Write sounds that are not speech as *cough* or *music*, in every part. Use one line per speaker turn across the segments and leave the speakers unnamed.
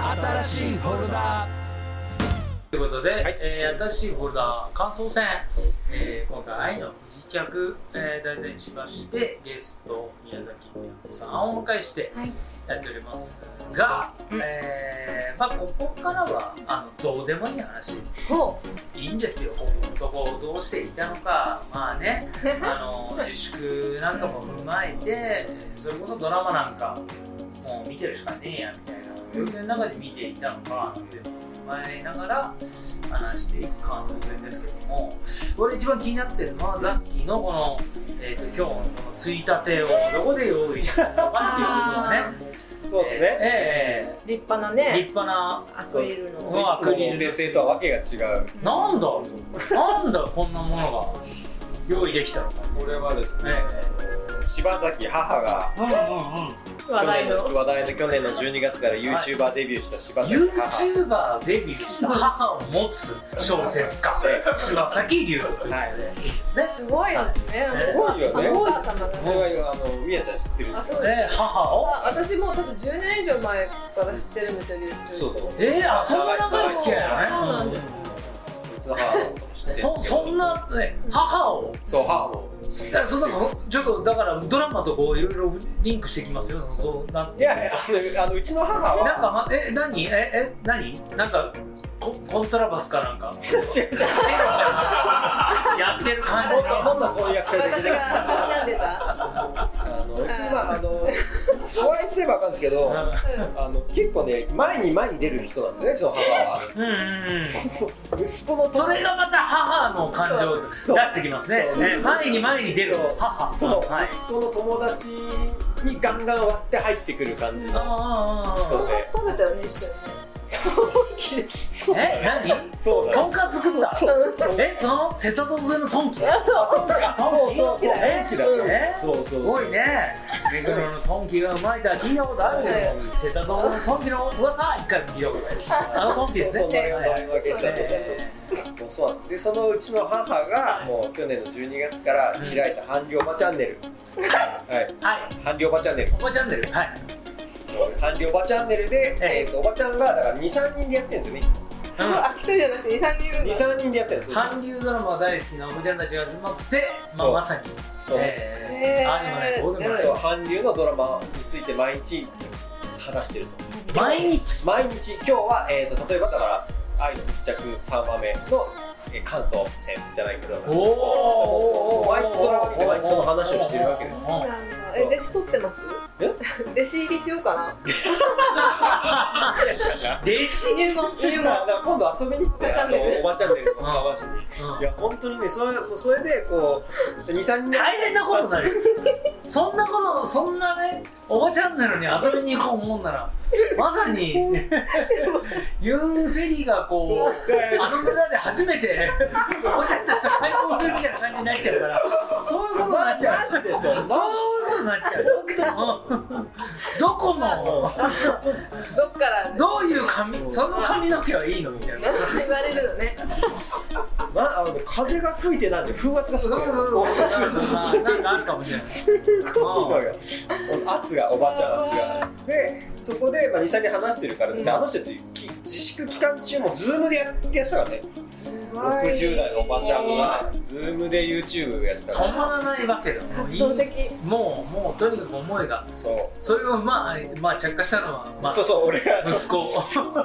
新しいフォルダ
ということで、えー新しいフォルダー感想戦、えー今回愛の不時着、えー題材にしましてゲスト宮崎美奈子さんをお迎えして
はい
やっておりますが、
うん
えーまあ、ここからはあのどうでもいい話
ほ
いいんですよこの男をどうしていたのかまあ
*laughs*
ねあの自粛なんかも踏まえてそれこそドラマなんかもう見てるしかねえやみたいな状況の中で見ていたのかなんて前ながら話していく感想戦ですけども俺一番気になってるのはザッキーのこの、えー、と今日のこのついたてをどこで用意したのかっていうことはね
*laughs* そうですね。
え
う立派な
えええ
ね
立派な
アクリルの
そうアクリル
で性とはわけが違う。
なんだなんだこんなものが用意できたのか
これはですね
ね、
柴崎母が
うんうんうん
話題の
話題の去年の12月から YouTuber デビューした柴崎母。
YouTuber デビューした母を持つ小説家柴崎龍という
はい
いいですね
すごいよね
すごいよね
お母様が
これはあのみやちゃん知ってるんで
あ
す
そ
よ
うです
ね母を
あ私もう多分10年以上前から知ってるんですよ YouTube
そうそう
えー、あこんな長い付き合い
そう
だ
な
ね
んですよ
うちの母のことも知ってるんですけど
そそんなね母を
そう母も知って
だか
る
らそのちょっとだからドラマとこういろいろリンクしてきますよそのそうなん
いやいやあのあのうちの母は
なんかまえ何ええ何なんかココントラバスかなんか
*laughs* 違う違う
やってる感じ
もっとこういう役者で
私がたしなんでた
あのうちのまああの *laughs* お会いすればわかるんですけどあの結構ね前に前に出る人なんですねうちの母は
うんうんうん
息子の
それがまた母の感情を出してきますね。
そう
ね前に前に出る母。
その
はい。
息子の友達にガンガン割って入ってくる感じの
あ
そうね
食べたよね一緒に
そ
ー
う
え、何？
そうだ
と
よ
んかつ作った。
そう
え、その瀬戸道沿いのトンキ。
そうそうそう
え
元気だよ
え
そうそう
すごいね。目黒のトンキがうまいとは聞いたことあるけど、瀬戸道沿いのトンキの噂は一回も聞いたことない。あのトンキですね。
そんなような
はい
わけしたそう
え
そうそうそうなんですでそのうちの母がもう去年の12月から開いた韓流おばチャンネルはい
ーはい。
韓流おばチャンネル
おばチャンネル。はい。
韓流おばチャンネルで、
ええ
えー、とおばちゃんがだから23人でやってるんですよね
すごいあ一人じゃなくて23人いるんだ
23人でやってるんですよ
韓流ドラマ大好きなおばちゃんたちが集まって、ま
そ
あ
う
まさに。
そう
え
え
ー
ー
ああでもないこうでもない
そう韓流のドラマについて毎日話してると
毎日
毎日今日は、えー、と例えばだから「愛の不時着」3話目の、えー感想戦じゃないけど
おー
おー毎日ドラマ見て毎日その話をしてるわけですよ
そうなんだえ弟子取ってます
え
弟子入りしようかな
弟子
入門入門
今今度遊びに行ってあのおばチャンネルの話にいや本当にねそれそれでこう23人
大変なことになるよそんなことそんなねおばチャンネルに遊びに行こうもんならまさにユン・セリがこうあの村で初めておばちゃんたちと開放するみたいな感じになっちゃうからそういうことになっちゃう
マジでそう
そういうことになっちゃううんどこの
どっから
どういう髪その髪の毛はいいのみたいな。
言われるのね
まあの風が吹いてないんで風圧がす
す
ご
ご
い
くすごくなんかあるかもしれない。
すごいのよ圧がおばあちゃん圧がでそこで、まあ、23人話してるから、で
うん
あの人たちき自粛期間中もズームでやってたからね
すごい
60代のおばちゃんがズームで YouTube やってたか
止
ら
まらないわけだもん
活動的
もうもうとにかく思いが
そ
それをまあまあ着火したのは
う、
まあ
そうそう俺が
息子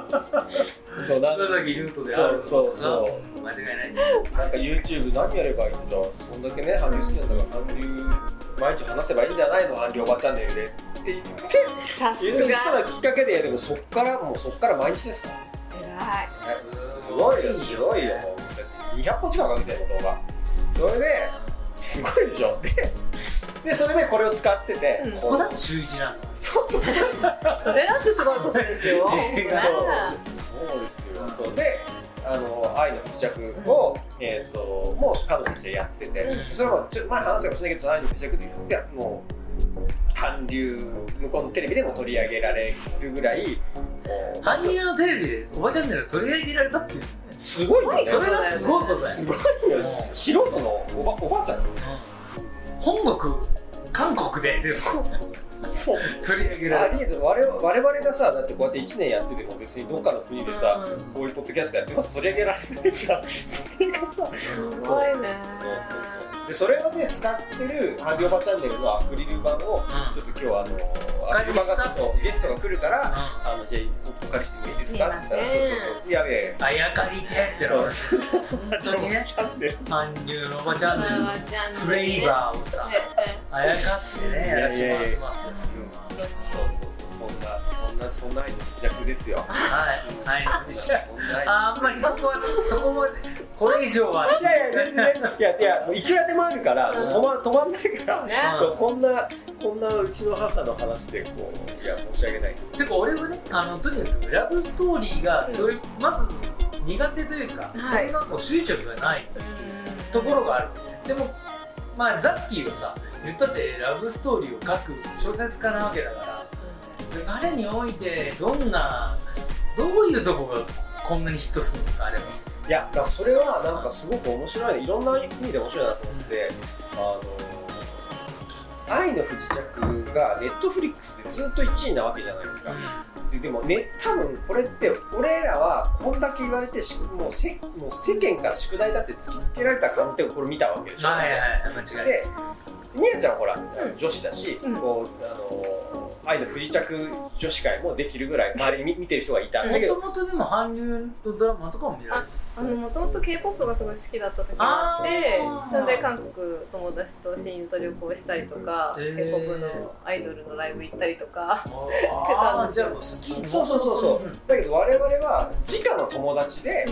柴
そうなん
崎優斗である
そうそうそ
間違いない
なんか YouTube 何やればいいんだそんだけね韓流好きなんだから韓流毎日話せばいいんじゃないの韓流おばちゃんだよねって言って
さ
言
す
う人
が
がきっかけででもそっからもうそっから毎日ですから
偉い
すごいよ、すごいよ。200本近くかけてる動画。それで、すごいでしょ。で、でそれでこれを使ってて、
うん
こ
こ
こ
う
だって週一なんだ
そうそうそう。
それだってすごいことですよ。
映画
そうですよ。そうで、あの、愛の不時着を、えっ、と、もう彼女たちでやってて、
う
それもちょ前話したかもしれないけど、愛の不時着でいや、もう、韓流、向こうのテレビでも取り上げられるぐらい、もう
韓流のテレビでおばちゃんネル取り上げられたっていう
すごいよね。
それがすごいことだよ
すごいよ。素人のおばおばあちゃん
本国韓国ででも
そう
取り上げら
あ
れる
りえない我々我々がさだってこうやって1年やってても別にどっかの国でさ、
うん
こういうポッドキャストやってます取り上げられないじゃんそれがさ
すごいね
そうそうそうでそれをね使ってる「ハンデオバチャンネル」のアクリル板をちょっと今日あのアクリル板がそうゲストが来るからあのじゃあお借りしてもいいですかって言ったら
すいません
そうそうそうやべえ
あやかりてっての
そうそう
本当にね
チャンネル
韓流のおばちゃん
それ
の
はジャンル
フレーバーをさあやかってねやらせてもらってますよ
そうそうそうそんなそんなそんな愛の自弱ですよ
はいはいじゃ
そんな愛の
ああんまりそこはそこまでこれ以上はい
やいや全然いやいやもういくらでもあるからもう止ま止まんないから
ねね
そうこんなこんなうちの母の話でこういや申し訳ないけ
て
ど
か俺はねあのとにかくラブストーリーがそういう、まず苦手というか、
はい
そんなこう執着がないところがあるでもまあザッキーはさ言ったってラブストーリーを書く小説家なわけだから彼においてどんなどういうとこがこんなにヒットするんですかあれはい
やだからそれはなんかすごく面白いいろんな意味で面白いなと思って、あの愛の不時着がネットフリックスでずっと1位なわけじゃないですか、ででもね多分これって俺らはこんだけ言われてしもうせもう世間から宿題だって突きつけられた感じでこれ見たわけでしょ、
はいはいはい間違いない
で、みやちゃんはほら、
ん
女子だし、
うん
こうあのー愛の不時着女子会もできるぐらい周りに見見てる人がいたんだけ
も
ど、
ともとでも韓流のドラマとかも見られる
あのもともと K-POP がすごい好きだった時があって
あー
それで韓国友達と親友と旅行したりとか、
へー
K-POP のアイドルのライブ行ったりとか
して
たんですよ
じゃあもう好き
そうそうそうそうだけど我々は直の友達で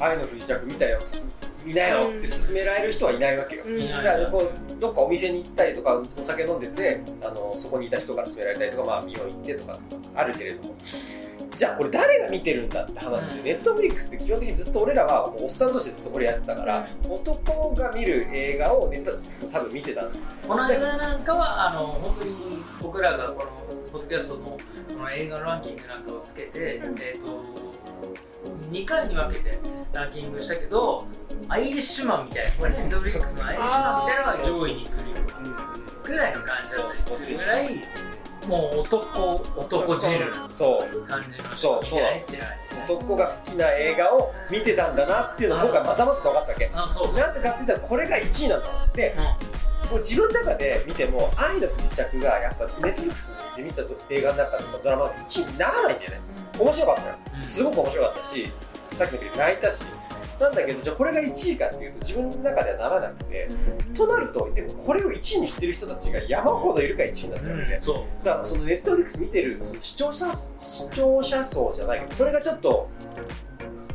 愛の不時着見たよす見なよって勧められる人はいないわけよ、
うん
い
だ
や
からこうどっかお店に行ったりとかお酒飲んでてあのそこにいた人から勧められたりとかまあ見よう行ってとかあるけれどもじゃあこれ誰が見てるんだって話
うん
でネットフリックスって基本的にずっと俺らはもうおっさんとしてずっとこれやってたから男が見る映画をネット多分見てたんだ
この間なんかはあの本当に僕らがこのポッドキャストのこの映画のランキングなんかをつけて、
うん
えー、と2回に分けてランキングしたけどアイリッシュマンみたいなこれネットフリックスのアイリッシュマンみたいなのが上位に来るよぐらいの感じだったするぐらいもう男男汁
そう
感じの
そう
見てないってない
男が好きな映画を見てたんだなっていうのが僕はまざまざと分かったわけ
あそうそう、
なぜかって言ったらこれが1位なんだでもう自分の中で見ても「愛の不時着」がやっぱネットフリックスで見てた映画の中とかドラマが1位にならないんだよね面白かったよ
うん
すごく面白かったしさっきの時泣いたしなんだけどじゃあこれが1位かっていうと自分の中ではならなくてとなるとでもこれを1位にしてる人たちが山ほどいるから1位になっちゃう
うん
んで
そう
だからそのネットフリックス見てるその視聴者視聴者層じゃないけどそれがちょっと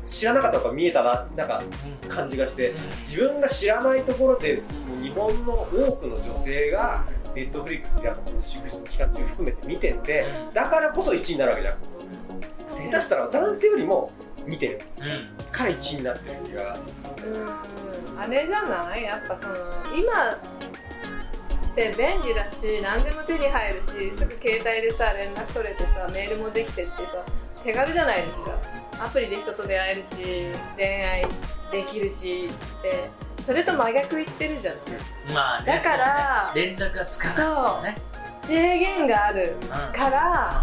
知らなかったのが見えたななんか
うん
感じがして
うん
自分が知らないところでもう日本の多くの女性がネットフリックスでやっぱこの熟知の期間中含めて見てて
うん
だからこそ1位になるわけじゃん下手したら男性よりも見てる
うん
から1位になってる気が
うんあれじゃないやっぱその今って便利だし何でも手に入るしすぐ携帯でさ連絡取れてさメールもできてってさ手軽じゃないですかアプリで人と出会えるし恋愛できるしってそれと真逆言ってるじゃん
まあね
だから
そうね連絡がつかない
そう
ね
制限がある
うん
から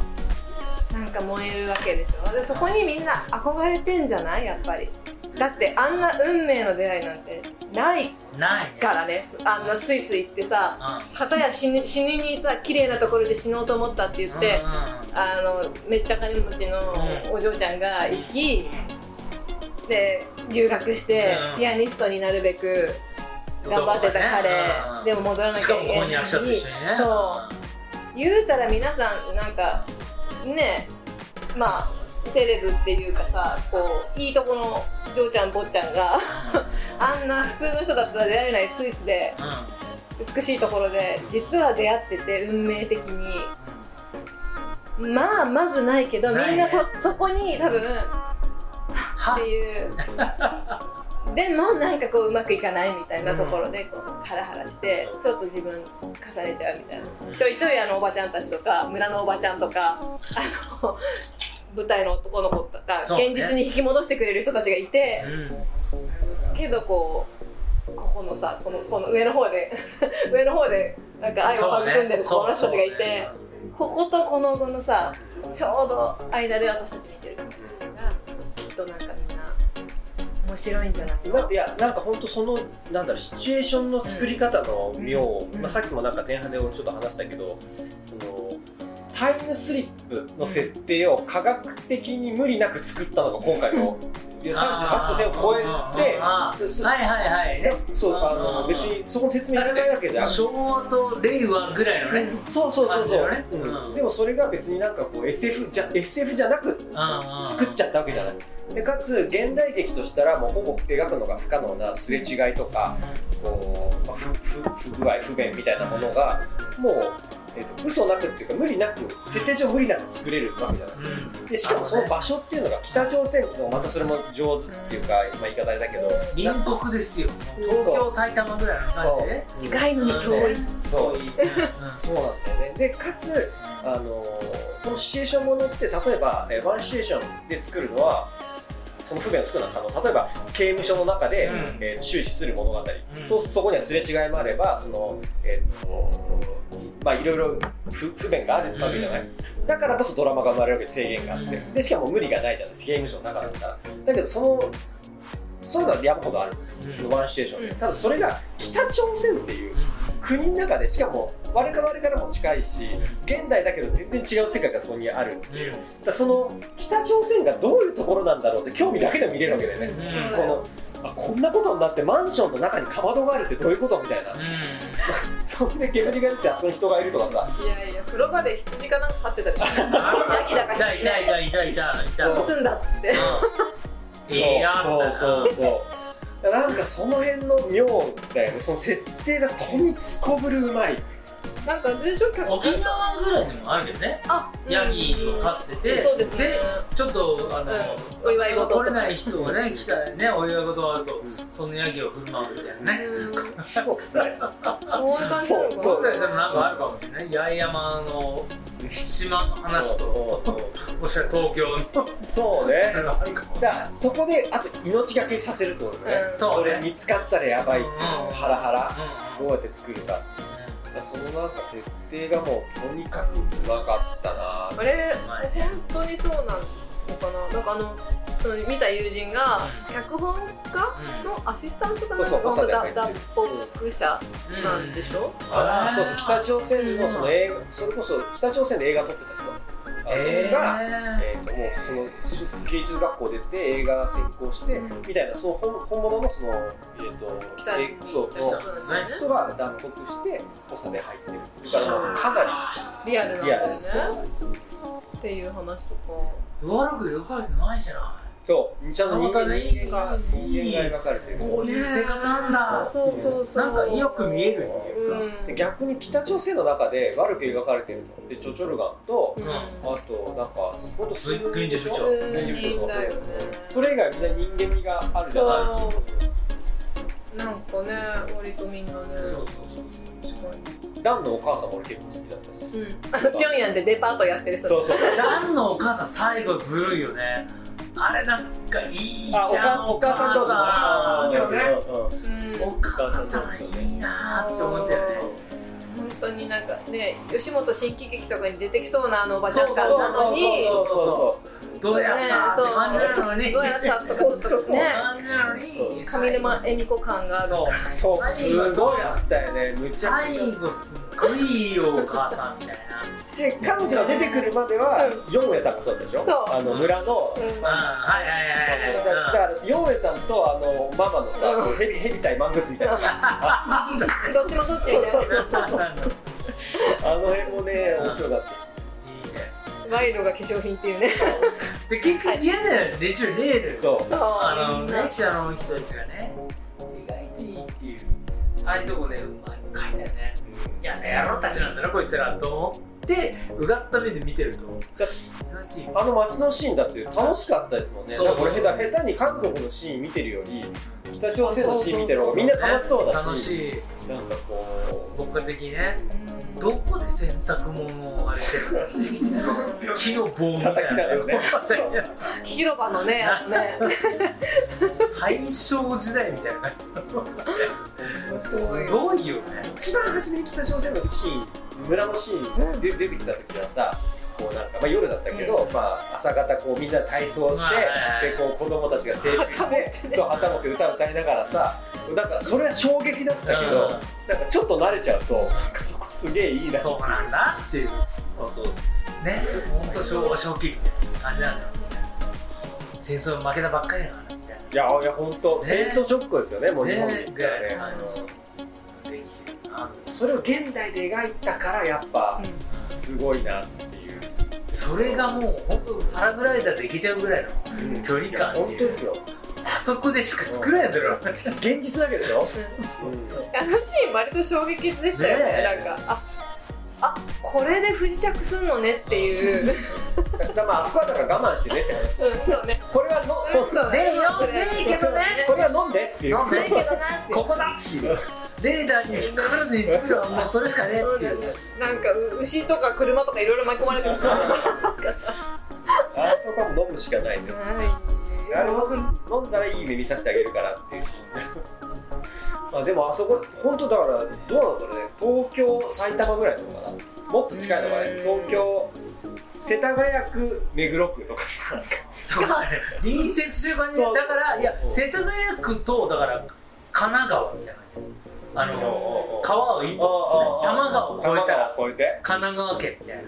なんか燃えるわけでしょでそこにみんな憧れてんじゃないやっぱりだってあんな運命の出会いなんてない
ないね
からねあんなスイスイ行ってさ
う
片や死ぬ死ににさ綺麗なところで死のうと思ったって言
ん
って、
うん
あのめっちゃ金持ちのお嬢ちゃんが行き、で留学して
うん
ピアニストになるべく頑張ってた彼、で
も
も戻らな
し
き
か
ゃ
も
い
こ
け
こ
ない
に役者と一緒にね
そう言うたら皆さんなんかねまあセレブっていうかさこういいとこの嬢ちゃん坊ちゃんがあんな普通の人だったら出会えないスイスで
うんうん
美しいところで実は出会ってて運命的にまあまずないけど
ないね
みんなそそこに多分って
は *laughs*
いうでもなんかこううまくいかないみたいなところでこうハラハラしてちょっと自分重ねちゃうみたいなちょいちょいあのおばちゃんたちとか村のおばちゃんとかあの舞台の男の子とか
そうね
現実に引き戻してくれる人たちがいて *laughs*
うん
けどこうここのさこのこの上の方で上の方でなんか愛を育んでる
そう
友
ね
達たちがいて、こことこの後のさちょうど間で私たち見てるか
う
らきっとなんかみんな面白いんじゃない
んないやなんか本当そのなんだろうシチュエーションの作り方の妙、
うん
まあ、さっきもなんか前半でちょっと話したけどそのタイムスリップの設定を科学的に無理なく作ったのが今回のいや38度線を超えて
あー
そ
はいはいはいね
そうあ
う
の
ん
別にそこの説明いらないわけじゃん
昭和と令和ぐらいのね、
そうそうそ
感
うそう、
じのね
うん
うん
でもそれが別になんかこう SF じゃ SF じゃな
う
く
んうん
作っちゃったわけじゃないでかつ現代劇としたらもうほぼ描くのが不可能なすれ違いとかこう、まあ、不不不具合不便みたいなものがもう、えっと嘘なくっていうか無理なく設定上無理なく作れるわけじゃない
うん
でしかもその場所っていうのが北朝鮮のまたそれも上手っていうか、まあ、言い方あれだけど
隣国ですよ東京埼玉ぐらいの感じで
そう
近いのに遠い
そう
うん
そうなんだよねでかつあのーこのシチュエーションものって例えば、えーワンシチュエーションで作るのはその不便を作るのは可能例えば刑務所の中で、
うん
えー終始する物語、
ん
そうそこにはすれ違いもあればその、えーとまあ、いろいろ不不便があるわけじゃない、だからこそドラマが生まれるわけで制限があって、
うん
でしかも無理がないじゃない刑務所の中だったらだけどそのそういうのは山ほどあるそのワンシチュエーションで、
うん
ただそれが北朝鮮っていう国の中でしかも我々からも近いし現代だけど全然違う世界がそこにあるだ
うんうん
からその北朝鮮がどういうところなんだろうって興味だけでも見れるわけだよね、
うん
このあこんなことになってマンションの中にかまどがあるってどういうことみたいな、そんで煙が出てあそこに人がいるとかさ
いやいや風呂場で羊かなんか飼ってたりヤギだか
い
ら
たいたいたいたいたいた
そう
盗んだっつって
うんいいな
そうそうそうそうなんかその辺の妙だよねその設定がとにすこぶるうまい
なんか重症客
沖縄ぐらいにもあるよね
あ
ヤギとか飼ってて
そうですね
ちょっとあの、
うんお祝い事とか
取れない人がね来たらねお祝い事があるとそのヤギを振る舞うみたいなね
うん
そうです
そ
ね
ういう感じなのかな
そ
そううだよでもなんかあるかもしれない八重山の島の話とそしたら東京の
そうね
なんかあるかも
だからそこであと命がけさせるってことね、
うん
そうね
れ見つかったらやばい、
うん
ハラハラ
う
ど
ん
うやって作るかだからそのなんか設定がもうとにかくうまかったな
あれ
うまいね
本当にそうなのかななんかあのその見た友人が脚本家
う
のアシスタントかな
そうん
か
そう
本
そ
当
う
だ
そう
脱北者
んうん
なんでしょ
あ
あー
そうそう北朝鮮のその映画それこそ北朝鮮で映画撮ってた人
えー
が、えーともうその芸術学校出て映画専攻して、
うん
みたいなその本本物のその、えー、と
北
えそう
北
そ
の
う
人なんだよね
人が脱北して補佐で入ってるだからもうかなり
リアルなん
リア
だよ
ルで
ね
す
っていう話とか
悪く描かれてないじゃな
そう、ちゃんと人間
いい
人間が人間が描かれて
い
る。
こういう生活なんだ
そうそうそう
なんかよく見えるっていうか、
う
で
ん
逆に北朝鮮の中で悪く描かれてるとでチョチョルガンと、
うん
あとなんか本当数
軍事部長
うん
軍事部長
いいんだよね
それ以外みんな人間味があるじゃない
そうなんかね割とみんなね
そうそうそう
ダンのお母さんも俺結構好きだったし
うん、あ *laughs* の平壌でデパートやってる人
そうそう
ダンのお母さん最後ずるいよねあれなんかいいじゃ
あお
ん
母お母さん同士もあ
そうだよね
そうだよね
うん
お母さんいいなーって思っちゃうよね
本当になんかね吉本新喜劇とかに出てきそうなあのおばちゃん感なのに
そうそう
どうやさーって感じなのに
どうやらさんとかちょっ
本当
と
そう
ね
感じなのに
上沼恵美子感がある
そう
そうそうすごいあったよねむちゃく
最
ちゃ
後すっごいいいよお母さんみたいな
で彼女が出てくるまでは、ヨンウェイさんがそうだったでしょ
そう
あの村の
うん
うんはいはいはい
だだからヨウエさんとあのママのさ、こうヘビヘビ対マングスみたいな、あ
どっちもどっちみたいな
の辺もね、
うん
面白かったし、
いいね
ワイドが化粧品っていうね
で結局嫌だよね一応例だよ
そう、
そう
あの
みんな
ね北の人たちがね意外といいっていうああいうとこでうまい書いたよねいやね野郎たちなんだなこいつらと思ってうがった目で見てると
だ
意外といい
あの街のシーンだって楽しかったですもんね、
そう
なんか俺下手、下手に韓国のシーン見てるより、北朝鮮のシーン見てる方がみんな楽しそうだし、
楽しい
なんかこ
僕的にね
うん
どこで洗濯物をあれしてるの木の棒みたい
叩きなが
な
らね
叩きながら
広場のねあのね
*laughs* 大正時代みたいな感じすごいよね
一番初めに北朝鮮のシーン村のシーンで出てきた時はさこうなんか、まあ、夜だったけど、まあ、朝方こうみんなで体操して、
まあはい
でこう子供たちが制服着て、そう旗持って歌歌いながらさなんかそれは衝撃だったけど、なんかちょっと慣れちゃうとなんかそこすげえいいな
そうなんだっていう
あそう
ね本当昭和正気みたいな感じなんだよね戦争負けたばっかりなのにみたい
いやいや本当、戦争ショックですよねもう日
な
本
ね
っ
ぐ
たら
ら
ね
いの感じできてるな
それを現代で描いたからやっぱすごいなっていう、
それがもう本当パラグライダーで行けちゃうぐらいの距離感
いや本当ですよ
あそこでしか作られてるわけじゃん
現実だけでしょ、
あのシーン割と衝撃でしたよね
ねえ
なんかああこれで不時着すんのねっていう、うん、
だからまああそこはだから我慢してねって話
そうね
これはの、
うんそうね
ねえよねえけどね
これは飲んでっていう
飲んで
ないけどなって
ここ
*laughs*
だレーダーに引っかからずに作るのはもうそれしかね
そう
ってい
な
うん
ですなんかう牛とか車とかいろいろ巻き込まれてるから
あそこはもう飲むしかないねあれ飲んだらいい目見させてあげるからっていうシーンになります *laughs* まあでもあそこ本当だからどうなんだろうね東京埼玉ぐらいなのかなもっと近いのかね東京世田谷区目黒区とかさ
そうだね隣接という感じで
そう
だからいや
うん
世田谷区とだから神奈川みたいな感じあの川を一本多摩川を越えたら
多摩川を越えて
神奈川県みたいな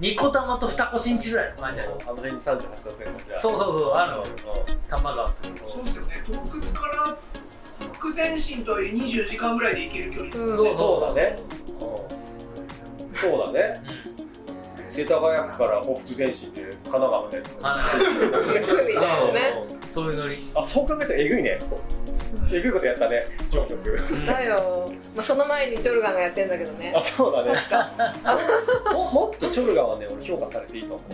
二子玉と二子新地ぐらいの
あ
感じだよ
の辺に38度線のじゃあ
そうそうそうあるの
うん
多摩川と
そうですよね洞窟から北前進とはいえ24時間ぐらいで行ける距離です、
うん
そうそうだねうんそうだね
うん
世田谷区から北福前進っていう神奈川で
神奈
首だよね
川そういうノリ
*laughs* あそう考えたらえぐいねえぐいことやったね上局
うん
だよ、まあ、その前にチョルガンがやってんだけどね
あそうだねももっとチョルガはね俺評価されていいと思う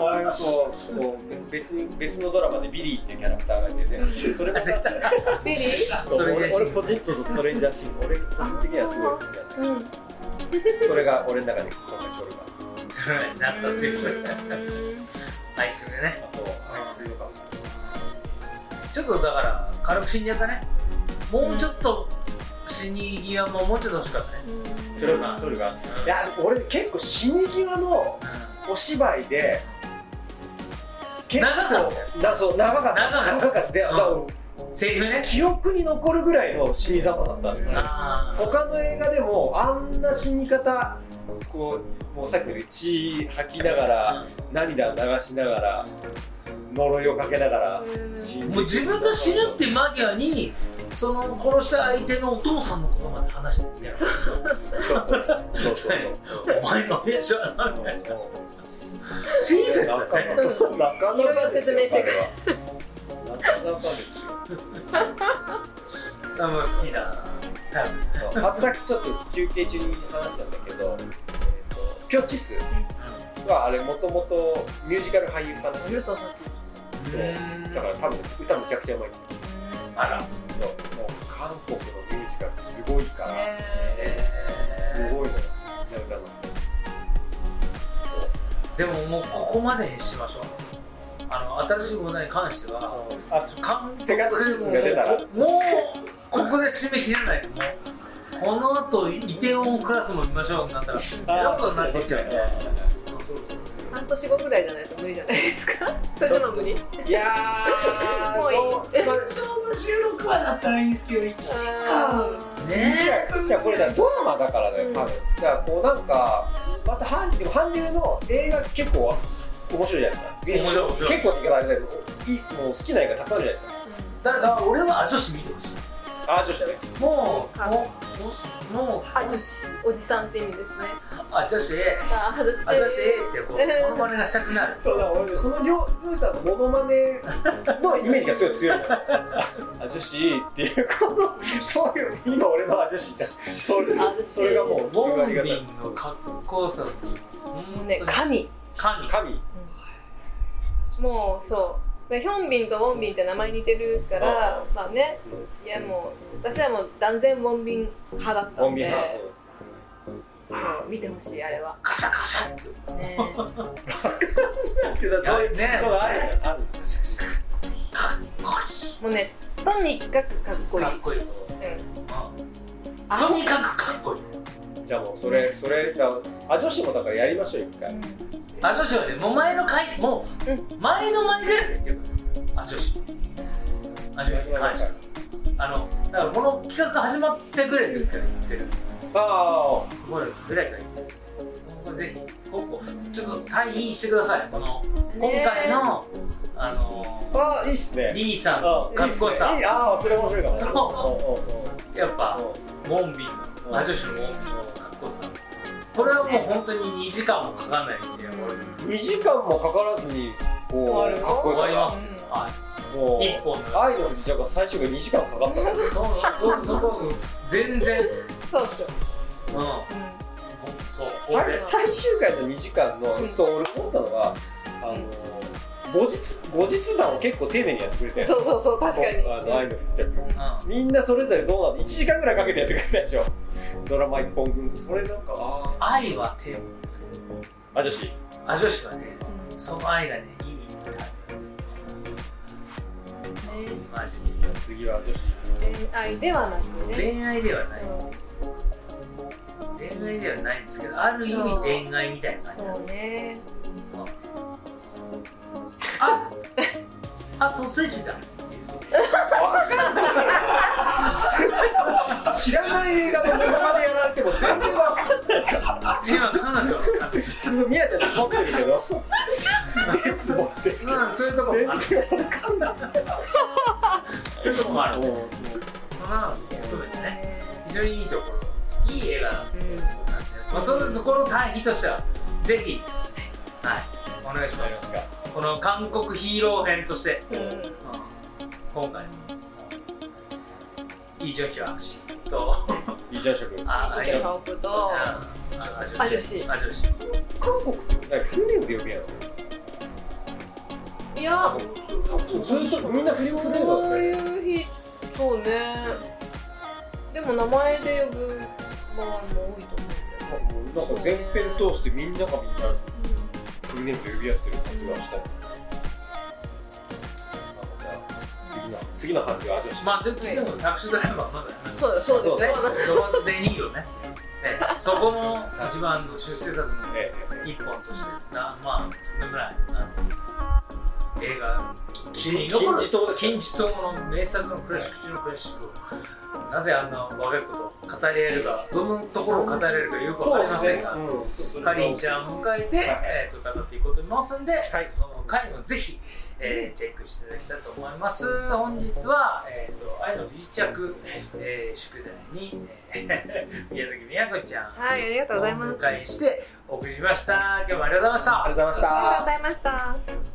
俺がこうこう別に別のドラマでビリーっていうキャラクターがいてねそれもなんか
ビリ
そう
それ
俺
で
俺個人そうそうストレンジャーシーン俺個人的にはすごい好きなんだけ
ーうん
どそれが俺の中で今回チョルガ
それになったっていうあいつでね
あそうあそういうのか
ちょっとだから軽く死んじゃったねもうちょっと死に際ももうちょっと欲しかったね
チョルガチョルガ
うん
いや俺結構死に際のお芝居で結構
長かっ
なそう長かっ
長
た
かった
長かったでだから
うんセリフね
記憶に残るぐらいの死に様だったんだよね
あー
他の映画でもあんな死に方こうもうさっきの血吐きながら涙流しながら呪いをかけながら死
うんん
で
もう自分が死ぬって間際にその殺した相手のお父さんのことまで話してみたい
そうそうそうそう
なお前の親父はなみたいな *laughs* 親切
な
だ
か
ね
なかなかなかですよ
いろいろ説明してく
あれはなかなかですよ
多分好きだな多分
あとさっきちょっと休憩中に話したんだけど、えー、とピョチスはあれもともとミュージカル俳優さんなんですよ
うん
だから多分歌むちゃくちゃうまいんですよ
あら
もう韓国のミュージカルすごいから、すごいのよみんな歌の
でももうここまでにしましょうあの新しいものに関しては
あす
韓
セカンドシーズンが出たら
もうもうここで締め切れないともうこのあとイテウォンクラスも見ましょうってなったらやっとなってきちゃうね
半年後ぐらいじゃないと無理じゃないですかそれでも無理
いやー
もういい
い
通常の16話だったらいいんですけど1時間
ね
じゃあこれだドラマだからだよ、
うん
多分じゃあこうなんかまた韓流でも韓流の映画結構面白いじゃないです
面白
か
い面白い
結構って言い方あれだけどいいもう好きな映画たくさんあるじゃないですか
だだから俺はアジョシ見てほしい
ああ女子だね
もう
あ
もうもう
あ女子おじさんって意味ですね
あ
あ
女子
外し
あ
て
女
る
子ってこうモノマネがしたくなる
そうだ俺その両両さんのモノマネのイメージがすごい強いのよ *laughs* あ女子っていうこのそういう今俺のあ女子だそれ
あ女子
それがもう9
ボン
割
ビ
方
ンのかっこよさ
も
も
うね神
神
神
もうそうでヒョンビンとウォンビンって名前似てるからまあねいやもう私はもう断然ウォンビン派だった
コ
ん
ンビニ
でそう見てほしいあれは
カシャカシャって
ね
そういう
ね
そうあるあ
か
る
っ
もうねとにかくかっこいい
かっこいい、うん
あ
とにかくかっこいい
じゃあもうそれそれだからあ女子もだからやりましょう一回
あ女子はねもう前の回もう、
うん
前の前ぐらいで言ってるからあ女子あ女子に関してあのだからこの企画始まってくれる時から言ってる
ああ
これぐらいから言ってるこれぜひここちょっと対比してくださいこの今回の、あの
ああいいっすね
リーさん
あ
の
あ
かっこよさ
いいっすねいいああそれ面白いかも
やっぱモンビン
うん
の魔女子のモンビンのかっこよさそれはもう本当に2時間もかかんないんでこれ
2時間もかからずにこ
ある
うかっこ
終
よさ
わ
が
ります
う
は
もう
い一本の
愛の実写が最初が2時間かかったから
そうそこ全然うん
そうそう、
そうこ
最
れ
最終回の2時間の、
うん
そう俺思ったのがあの、
うん
後日後日談を結構丁寧にやってくれて
うん、そうそうそう確かに
あの愛の実写
うん
う
みんなそれぞれどうなの1時間ぐらいかけてやってくれたでしょドラマ1本分それなんかあ
ん愛はテーマですけど
あ女子
あ女子はねその愛がねいいって感じです
ね
マジ
次は女
恋
子
愛ではなく
で
ね
恋愛ではないです恋愛ではないんですけどある意味恋愛みたいな感じ
そ
なんです
うね
そうなんですよああソーセージだ
知らない映画のドラマでやられても全然分かんない
今彼女は
普通宮ちゃんツボってるけどツボってる
うんそういうとこもある
全然
そういうとこもある
もうも
まあ含めてね非常にいいところいい映画だ
うん
なんでまあそのそこの対比としてはぜひはいお願いし
うな
ま
りますすか
この韓国ヒーロー編として、
う
うん
ん
今回イ・ジョンヒョン氏と
いいじゃん食
あ
イ
あ
ケハオプと
あ
あ女子
あ女子
韓国ってなんかフルネームで呼ぶやろ
いや
ずっとみんなフリコネームだっ
そ
た
う
よね
いう日そうねでも名前で呼ぶ場合も多いと思う
なんか前編通してみんながみんなフルネームで呼び合ってる感じがしたよなんかじゃあ次の次の話は女子
まあででもタクシードライバーはまだ
けどそうよそうです
ね
よ、そうだ、
そこでいいよね。ねそこも一番の出世作の
ええ
一本として、なまあ、とんでもない、あの映画、
金
金
金字塔です
金字塔の名作のクラシック中のクラシックを、なぜあんな若いことを語り合えるか、 *laughs* どのところを語れるかよくわかりませんが、かりんちゃんを迎えて、
はい
えー、と語っていこうと思いますんで、
はい
その回もぜひ、えーチェックしていただきたいと思います本日は、えー、と愛の美着、えー宿題に、えー *laughs* 宮崎美也子ちゃん
はいありがとうございます
お迎えしてお送りしました今日もありがとうございました
ありがとうございました
ありがとうございました